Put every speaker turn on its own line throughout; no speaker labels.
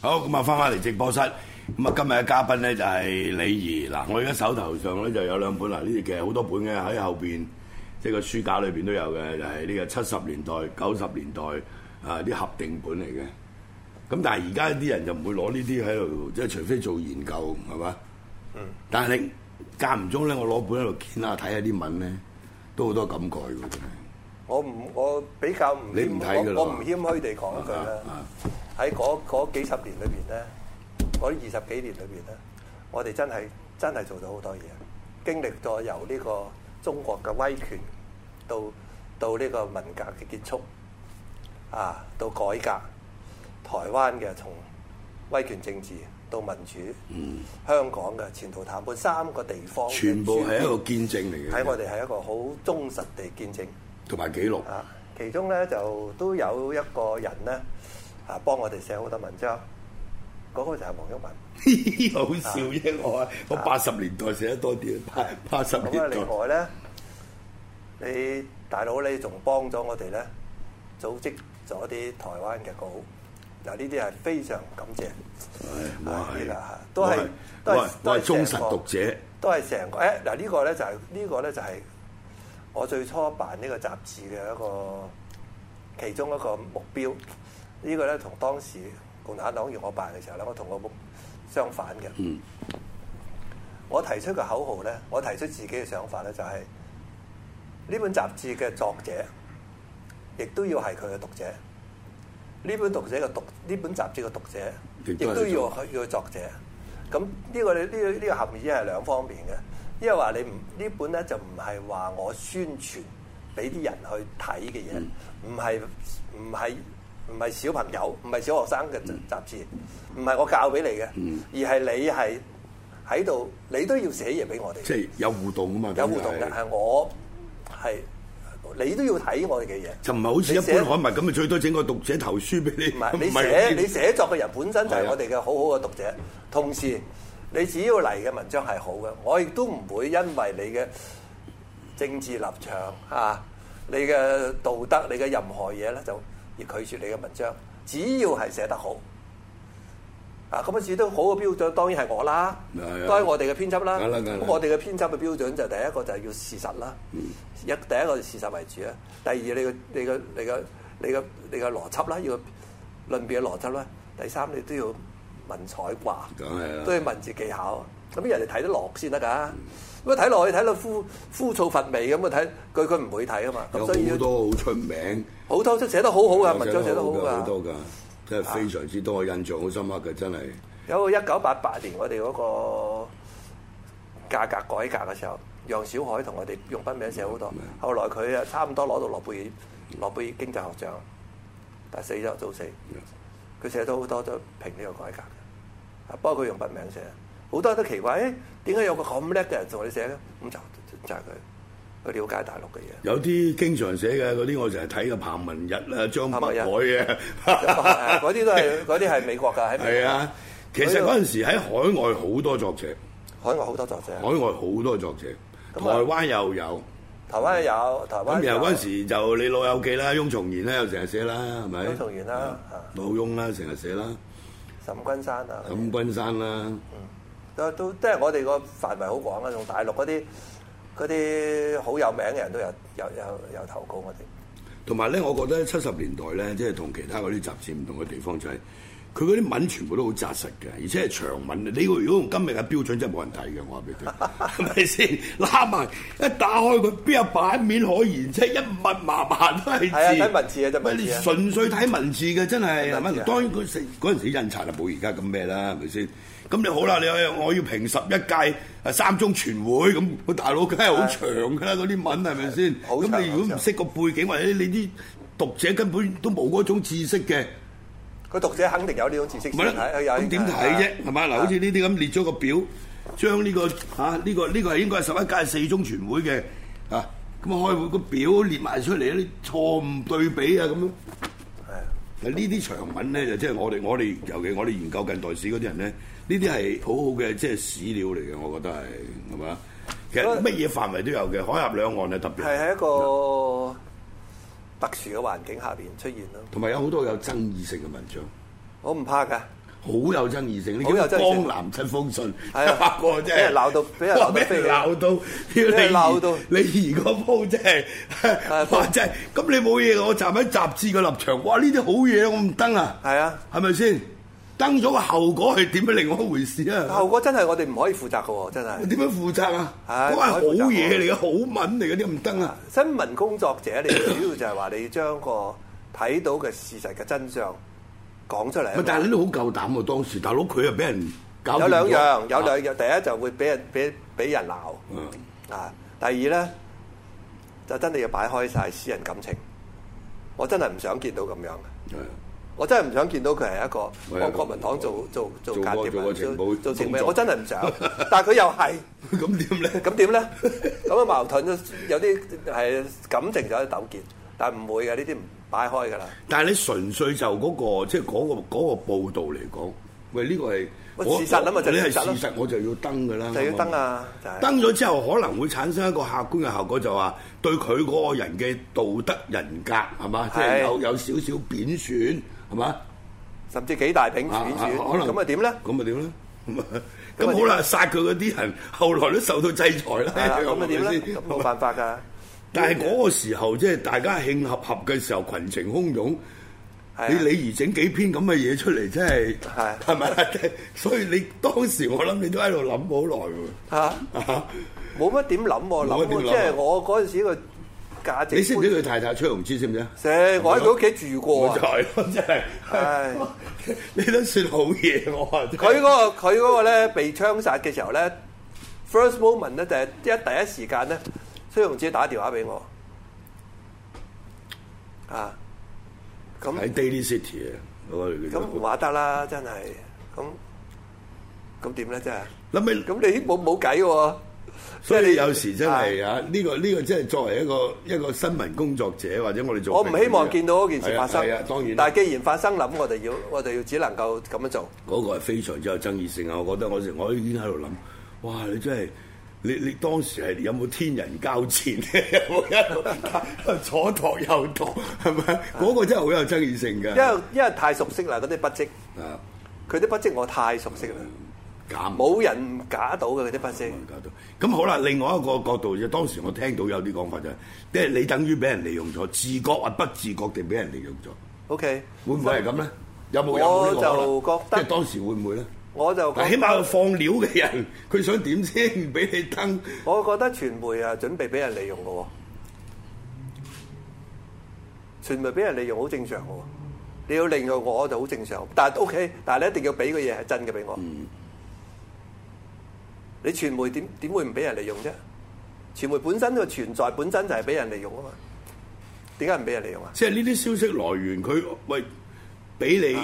好咁啊，翻返嚟直播室。咁啊，今日嘅嘉賓咧就係李儀嗱，我而家手頭上咧就有兩本嗱，啊呢啲其實好多本嘅喺後邊，即係個書架裏邊都有嘅，就係、呢個七十年代、九十年代啊啲合訂本嚟嘅。咁但係而家啲人就唔會攞呢啲喺度，即係除非做研究係嘛？嗯。但係你間唔中咧，我攞本喺度見下睇下啲文咧，都好多感慨嘅真係。
我唔我比較唔
你唔睇㗎啦
我我唔謙虛地講一句啦
啊啊。
喺嗰嗰幾十年裏邊咧，嗰二十幾年裏邊咧，我哋真係真係做到好多嘢，經歷咗由呢個中國嘅威權到到呢個文革嘅結束啊，到改革，台灣嘅從威權政治到民主，香港嘅前途談判三個地方
嗯
嘅
全部係一個
轉
見
變
證嚟嘅，
喺啊我哋係一個好忠實地見證。
同埋記錄。
啊，其中咧就都有一個人咧啊，幫我哋寫好多文章，嗰、個就係黃毓民。
好笑啫！我我八十年代寫得多啲，八八十年
啊咁啊，
代
另外咧，你大佬你仲幫咗我哋咧，組織咗啲台灣嘅稿。嗱，呢啲係非常感謝，
我係
啊都係
我
都
係
係
我
都
係
係
忠實讀者，
都係成個誒嗱呢個咧就係、呢、個咧就係、我最初辦呢個雜誌嘅一個其中一個目標。呢、個咧同當時共產黨要我辦嘅時候咧，我同我目相反嘅。
嗯
我提出嘅口號咧，我提出自己嘅想法咧，就係、呢本雜誌嘅作者，亦都要係佢嘅讀者。呢本讀者嘅讀，呢本雜誌嘅讀者，
亦
亦
都係
都要佢要作者。咁呢個呢呢個呢個含義係兩方面嘅，因為話你唔呢本咧就唔係話我宣傳俾啲人去睇嘅嘢，
嗯
唔係唔係唔係小朋友，唔係小學生嘅
嗯
雜誌，唔係我教俾你嘅，而係你係喺度，你都要寫嘢俾我哋。
即係有互動啊嘛，
有互動嘅
但係
係我係你都要睇我哋嘅嘢，
就唔係好似一
你寫
般刊物咁啊，最多整個讀者投書俾你，
唔係你
唔係
寫你寫作嘅人本身就
係
係
啊
我哋嘅好好嘅讀者，同時你只要嚟嘅文章係好嘅，我亦都唔會因為你嘅政治立場啊、你嘅道德、你嘅任何嘢咧，就而拒絕你嘅文章。只要係寫得好。啊，咁啊，至於都好嘅標準，當然係我啦
係啊，
當然我哋嘅編輯啦。
梗啦梗啦
咁我哋嘅編輯嘅標準就第一個就係要事實啦，
嗯
一第一個就事實為主啦。第二你嘅你嘅你嘅你嘅你嘅邏輯啦，要論辯嘅邏輯啦。第三你都要文采啩，
梗係啦嗯
都要文字技巧。啊咁人哋睇得落先得㗎。咁啊睇落去睇到枯枯燥乏味咁啊睇，佢佢唔會睇啊嘛。咁所以
有
要
好多好出名，
好多都寫得好好㗎，文章寫得好
㗎好
㗎。啊
多㗎，啊真係非常之多，我印象好深刻嘅，真係。
有個一九八八年我哋嗰個價格改革嘅時候，楊小海同我哋用筆名寫好多。後來佢啊差唔多攞到諾貝
嗯
爾諾貝爾經濟學獎，但係死咗早死。佢寫咗好多都評呢個改革嘅，啊不過佢用筆名寫，好多人都奇怪，誒點解有個咁叻嘅人同你寫嘅？咁就就係佢去了解大陸嘅嘢。
有啲經常寫嘅嗰啲，我就係睇嘅彭文日啊、張北
彭文
海
日
嘅，
嗰啲都係嗰啲係美國㗎，喺美
係
國
啊。其實嗰陣時喺海外好多作者。
海外好多作者，
海外好多作者，台
咁啊
灣又有。
台灣有台灣
咁然
有
後嗰陣時就你老友記啦，翁松賢啦，又成日寫啦，係咪？
翁松賢啦
啊
啊
老翁啦，成日寫啦，
岑君山啊。
沈君山啦，
都都即係我哋個範圍好廣啊，用大陸嗰啲嗰啲好有名嘅人都有有有有投稿我哋。
同埋咧，我覺得七十年代咧，即係同其他嗰啲雜誌唔同嘅地方就係佢嗰啲文全部都好扎實嘅，而且係長文。你如果用今日嘅標準，真係冇人睇嘅，我話俾 你聽，係咪先？拉埋一打開佢，邊有版面可言啫？一密麻麻都係字。
係啊睇文字嘅啫
喂
文字啊
你純粹睇文字嘅真係係
文字
咪？
啊
當然佢成嗰陣時印刷就冇而家咁咩啦，係咪先？咁你好啦，你我我要評十一屆啊三中全會咁，我大佬梗係好長㗎啦，嗰啲文係咪先？
好長
咁你如果唔識個背景或者你啲讀者根本都冇嗰種知識嘅，
個讀者肯定有呢種知
唔
識先
係
睇，
啦，
佢有
咁點睇啫？係嘛？嗱，好似呢啲咁列咗個表，將呢、個嚇呢、個呢、個係應該係十一屆四中全會嘅啊，咁啊開會個表列埋出嚟啲錯誤對比啊咁樣。
係
嗱呢啲長文咧就即係我哋我哋尤其我哋研究近代史嗰啲人咧，呢啲係好好嘅即係史料嚟嘅，我覺得係係嘛？其實
咁啊
乜嘢範圍都有嘅，海峽兩岸啊特別
係喺一個特殊嘅環境下邊出現咯。
同埋有好多有爭議性嘅文章。
我唔怕㗎，
好有爭議性，呢
好有
叫
爭議性
江南七封信，
係啊
發過真
俾
係
人鬧到俾人鬧
哇
到
俾人
飛起
鬧到，屌你
俾人鬧到
你而嗰鋪真係，
啊
哇真係，咁你冇嘢，我站喺雜誌嘅立場，哇呢啲好嘢我唔登啊，
係啊，
係咪先？登咗個後果係點樣另外一回事啊？
後果真係我哋唔可以負責嘅喎，真係。
點樣負責啊？
係
嗰個係好
可以負責
嘢嚟嘅，好文嚟嘅，啲唔登啊！
新聞工作者，你主要就係話你將個睇到嘅事實嘅真相講出嚟啊
咪
嘛。
但係你都好夠膽喎，當時大佬佢又俾人搞掂咗
有兩樣，有兩樣，第一就會俾人俾俾人鬧
嗯
啊，第二咧就真係要擺開晒私人感情。我真係唔想見到咁樣嘅，
係
我真係唔想見到佢係一個
喂
幫國民黨做做做
做
間
過做
諜
過
啊
情報
做情
工
報，
作
我真係唔想，但係佢又係。
咁點咧？
咁點咧？咁啊矛盾都有啲係感情就有啲糾結，但唔會嘅呢啲唔擺開㗎啦。
但係你純粹就嗰、個即係嗰個嗰、個報導嚟講，喂呢、個係
喂
我
事實啊嘛就係
你係
事實咯
事實，我就要登㗎啦，
就要登
啱唔啱！
啊，就係
登咗之後可能會產生一個客觀嘅效果，就話對佢嗰個人嘅道德人格係嘛，即係
係
有有少少貶損係嘛，
甚至幾大餅
啊
選選，
啊可能
咁啊 點咧？
咁咪點咧？咁啊
咁
咁
啊
好
點
啦，
咧
殺佢嗰啲人後來都受到制裁啦，
係啦，咁啊點
係咪
咧？
先
咁冇辦法㗎。
但係嗰個時候，即係大家慶合合嘅時候，群情洶湧，
係
你
啊
李儀整幾篇咁嘅嘢出嚟，真係
係
係咪？ 所以你當時我諗你都喺度諗好
嚇
耐喎啊，
冇乜點諗
冇
喎，
乜
諗
點諗
喎即
啊
係我嗰陣時個價值觀。
你識唔識佢太太崔容知識唔識啊？
成我喺佢屋企住過
我
啊
就。係咯，真
唉
係， 你都算好嘢我話真係。
佢嗰、個佢嗰個咧被槍殺嘅時候咧，first moment 咧就係一第一時間咧，崔容志打電話俾我啊，咁
喺 Daily City 啊，我哋
咁唔話得啦，真係咁咁點咧真係？
諗起
咁你冇冇計喎？
所
即
以
係你
有時真係啊，呢個呢個真係作為一個一個新聞工作者或者我哋做
我
評
唔
論
希望
嘅
見到嗰件
係
事
啊
發生
係啊，，當然啦。
但係既然發生，諗我哋要我哋要只能夠咁樣做。
嗰個係非常之有爭議性啊！我覺得我成我已經喺度諗，哇！你真係你你當時係有冇天人交戰 咧？有冇一路打左托右托係咪？嗰個真係好啊有爭議性㗎。
因為因為太熟悉啦，嗰啲筆跡，
啊，
佢啲筆跡我太熟悉啦，
假冇
冇人假到嘅嗰啲筆跡。
搞到。咁好啦，另外一個角度就當時我聽到有啲講法就係，即係你等於俾人利用咗，自覺或不自覺地俾人利用咗，
OK，
會唔會係咁咧？有冇
我
有冇呢個可
就
能
覺得
即係當時會唔會咧？
我就覺
但
得
起碼放料嘅人，佢想點先俾你登？
我覺得傳媒啊，準備俾人利用嘅喎、傳媒俾人利用好正常嘅喎、你要利用我就好正常，但係 OK，但係你一定要俾嘅嘢係真嘅俾我。你傳媒點點會唔俾人利用啫？傳媒本身個存在本身就係俾人利用啊嘛，點解唔俾人利用啊？
即係呢啲消息來源，佢喂俾你，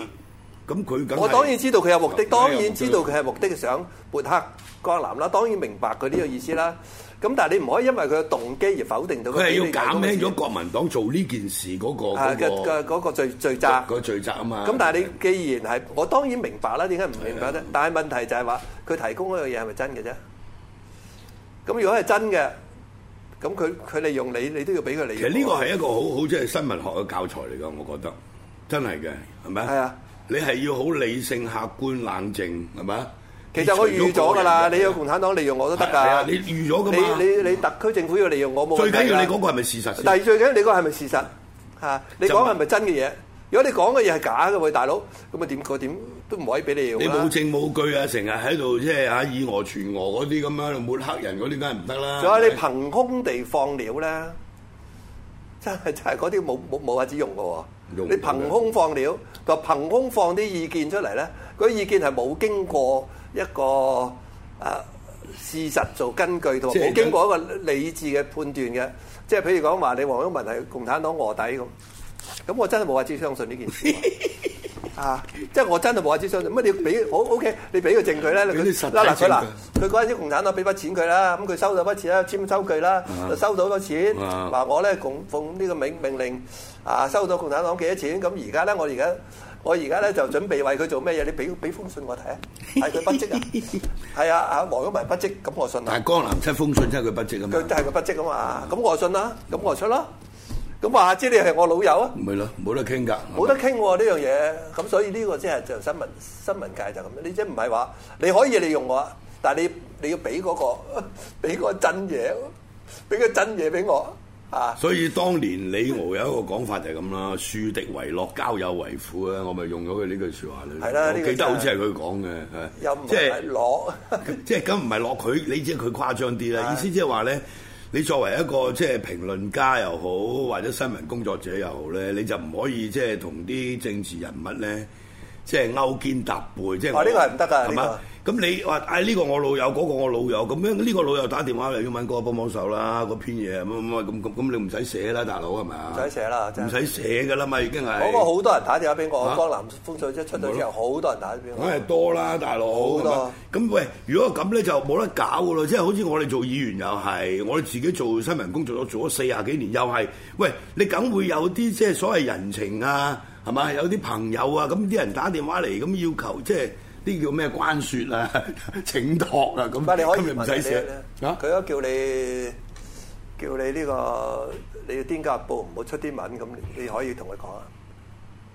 咁佢梗係
啊我當然知道佢有目的，
梗係
當
有目
然知道佢係目的想抹黑江南啦，當然明白佢呢個意思啦。咁但係你唔可以因為佢嘅動機而否定到
佢係要
俾你有
減
嗰個
輕
事
咗國民黨做呢件事嗰個
啊
嗰
嘅
個
嘅嗰個罪罪責。
個罪責啊嘛。
咁但係你既然係，我當然明白啦，點解唔明白啫？但係問題就係話佢提供嗰樣嘢係咪真嘅啫？咁如果係真嘅，咁佢佢利用你，你都要俾佢利
其
用。
實呢個係一個好好即係新聞學嘅教材嚟㗎，我覺得真係嘅，係咪？
係啊，
你係要好理性、客觀、冷靜，係咪？
其實我預咗㗎啦，你有共產黨利用我都得
係啊
㗎。
你預咗㗎
你
嘛
你你特區政府要利用我冇問
最
題㗎。
緊要你嗰個係咪事實
第
先？
二最緊要你講係咪事實嚇？你
就唔
講係咪真嘅嘢？如果你講嘅嘢係假嘅，喂大佬，咁啊點個點都唔可以俾你用
你
啦
冇證冇據啊，成日喺度即係啊以訛傳訛嗰啲咁樣抹黑人嗰啲，梗係唔得啦。
仲有
啊係
你
咪
憑空地放料咧，真係就係嗰啲冇冇冇法子用嘅喎。
用唔
你
到嘅
憑空放料，就憑空放啲意見出嚟咧，嗰啲意見係冇經過一個誒、呃事實做根據，同
即
埋
係
冇經過一個理智嘅判斷嘅。即係譬如講話你黃毓民係共產黨卧底 咁，咁我真係冇法子相信呢件事喎。啊！即係我真係冇法子相信，乜你要俾好 OK？你俾個證據咧，
俾啲實
佢
體
嗱嗱佢
證
嗱
據。
佢嗰陣時共產黨俾筆錢佢啦，咁佢收到筆錢啦，簽收據啦
啊，
就收到咗錢，
啊
話我咧共奉呢個命命令啊，收到共產黨幾多錢，咁而家咧我而家我而家咧就準備為佢做咩嘢？你俾俾封信我睇啊，係佢 筆跡啊，係啊啊黃毓民筆跡，咁我信啦
但，係江南七封信真係佢筆跡啊嘛
佢。係佢筆跡啊嘛，咁我信啦，咁我出啦，咁咁話知你係我老友啊？
咪咯，冇得傾㗎，
冇得傾喎呢樣嘢，咁所以呢個即係就新聞新聞界就咁，你即係唔係話你可以利用我，但係你你要俾嗰、個 俾個真嘢，俾個真嘢俾我啊！
所以當年李敖有一個講法就係咁啦，樹敵為樂，交友為苦啊！我咪用咗佢呢句説話咧。
係啦呢
我
個
記得
真係
好似係佢講嘅，係
又唔
即
係
係
攞，
即係咁唔係落佢，你知佢誇張啲啦。意思即係話咧，你作為一個即係評論家又好，或者新聞工作者又好咧，你就唔可以即係同啲政治人物咧，即係勾肩搭背，即係我
哦呢個係唔得㗎
係嘛
呢？
咁你話嗌呢個我老友，嗰、個我老友，咁樣呢個老友打電話嚟要問哥幫幫手啦，嗰篇嘢乜乜乜咁咁咁，你唔使寫啦，大佬係咪啊？
唔使寫啦真
唔
係
使寫㗎啦嘛，已經係
嗰個好多人打電話俾我，
啊
江南風水一出咗之後，好多人打俾
梗
我
係。多啦，大佬。
啊好多
係咪咁喂，如果咁咧就冇得搞噶咯，即係好似我哋做議員又係，我哋自己做新聞工作咗做咗四廿幾年又係，喂，你梗會有啲即係所謂人情啊，係嘛？有啲朋友啊，咁啲人打電話嚟咁要求，即係呢叫咩關説啊、 請託啊咁，
唔係你可
今日
以
唔使寫
問
啊
佢都叫你叫你呢、個你要《天價報》唔好出啲文咁，你你可以同佢講啊。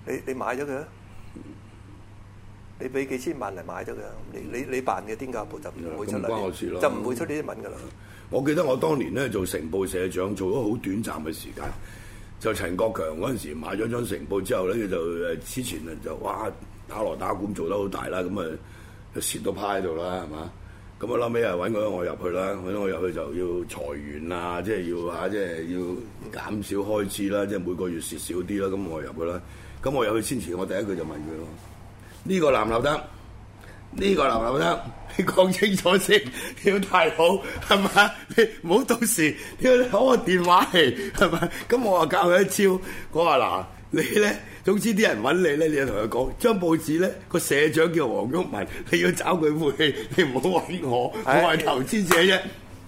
你你買咗佢啊！你俾幾千萬嚟買咗佢啊，你你你辦嘅《天價報》就唔會出
咁唔關我事
嚟，
咯
就唔會出呢啲文噶啦。
我記得我當年咧做成報社長，做咗好短暫嘅時間。就陳國強嗰陣時買咗張成報之後咧，就誒之前啊就哇打鑼打鼓做得好大啦，咁啊就蝕到趴喺度啦，係嘛？咁我後尾啊揾我入去啦，揾我入去就要裁員啊，即係要啊，即係要減少開支啦，即係每個月蝕少啲啦，咁我入去啦。咁我入去先前，我第一句就問佢咯：呢、個藍立得？呢個流流得， 你講清楚先， 屌大佬係嘛？你唔好到時屌你攞個電話嚟係咪？咁我話教佢一招，我話嗱你咧，總之啲人揾你咧，你就同佢講張報紙咧個社長叫黃毓民，你要找佢晦氣，你唔好揾我，我
係
係投資者啫。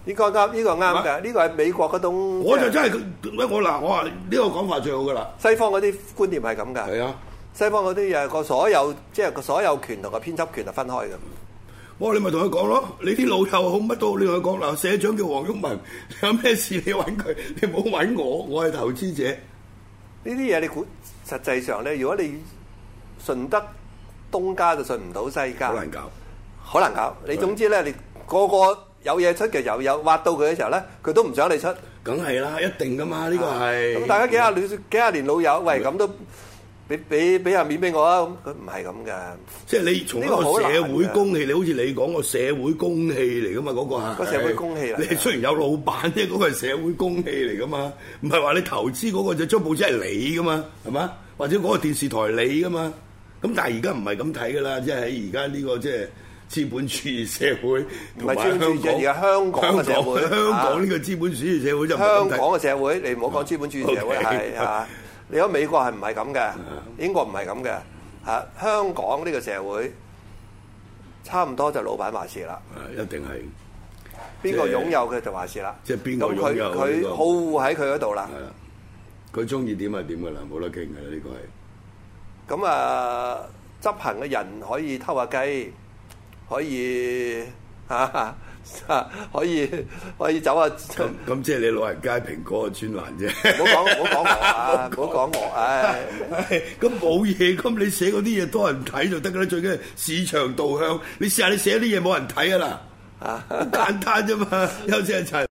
呢個啱，呢個啱嘅，呢個係美國嗰種，
我就
即係
真係喂我嗱，我話呢個講法最好噶啦，
西方嗰啲觀念係咁㗎。
係啊。
西方嗰啲嘢個所有即係個所有權同個編輯權係分開嘅。
我話你咪同佢講咯，你啲老友好乜都好，你同佢講嗱，社長叫黃毓民，你有咩事你揾佢，你唔好揾我，我係投資者。
呢啲嘢你估實際上咧，如果你順得東家就順唔到西家，
好難搞。
好難搞。你總之咧，你個個有嘢出嘅又有挖到佢嘅時候咧，佢都唔想你出。
梗係啦，一定噶嘛，呢個係。
咁大家幾廿
嗯
年幾廿年老友，喂咁都俾俾俾下面俾我啊！咁佢唔係咁嘅，
即係你從一
呢
個
個好難
社會
嘅
公器，你好似你講個社會公器嚟噶嘛，嗰、個係
個社會公器嚟
你
㗎
雖然有老闆啫，嗰、個係社會公器嚟噶嘛，唔係話你投資嗰個就張報紙係你噶嘛，係嘛？或者嗰個電視台你噶嘛？咁但係而家唔係咁睇噶啦，即係喺而家呢個即係。資本主義社會同埋
唔係資本主義
香港
而家香港嘅社會
香港香港呢個資本主義社會就唔係咁
香
睇啊嗯
港嘅社會，你唔好講資本主義社會
OK 嗯
係啊，你講美國係唔係咁嘅？英國唔係咁嘅嚇，香港呢個社會差唔多就老闆話事啦。
啊一定係
邊個擁有佢就話事啦。
即係邊個
咁
擁有呢
佢
個
佢好護喺佢嗰度啦。
係啦，佢中意點就點噶啦，冇得傾噶啦，呢、個係。
咁啊，執行嘅人可以偷下雞，可以 嚇 可以可以走下。
咁咁即係你老人家蘋果嘅專欄啫。
唔好講唔好講我啊！唔好講我，唉。
咁冇嘢，咁你寫嗰啲嘢多人睇就得㗎啦。最緊要市場導向，你試下你寫啲嘢冇人睇啊啦，好簡單啫嘛。休息一陣。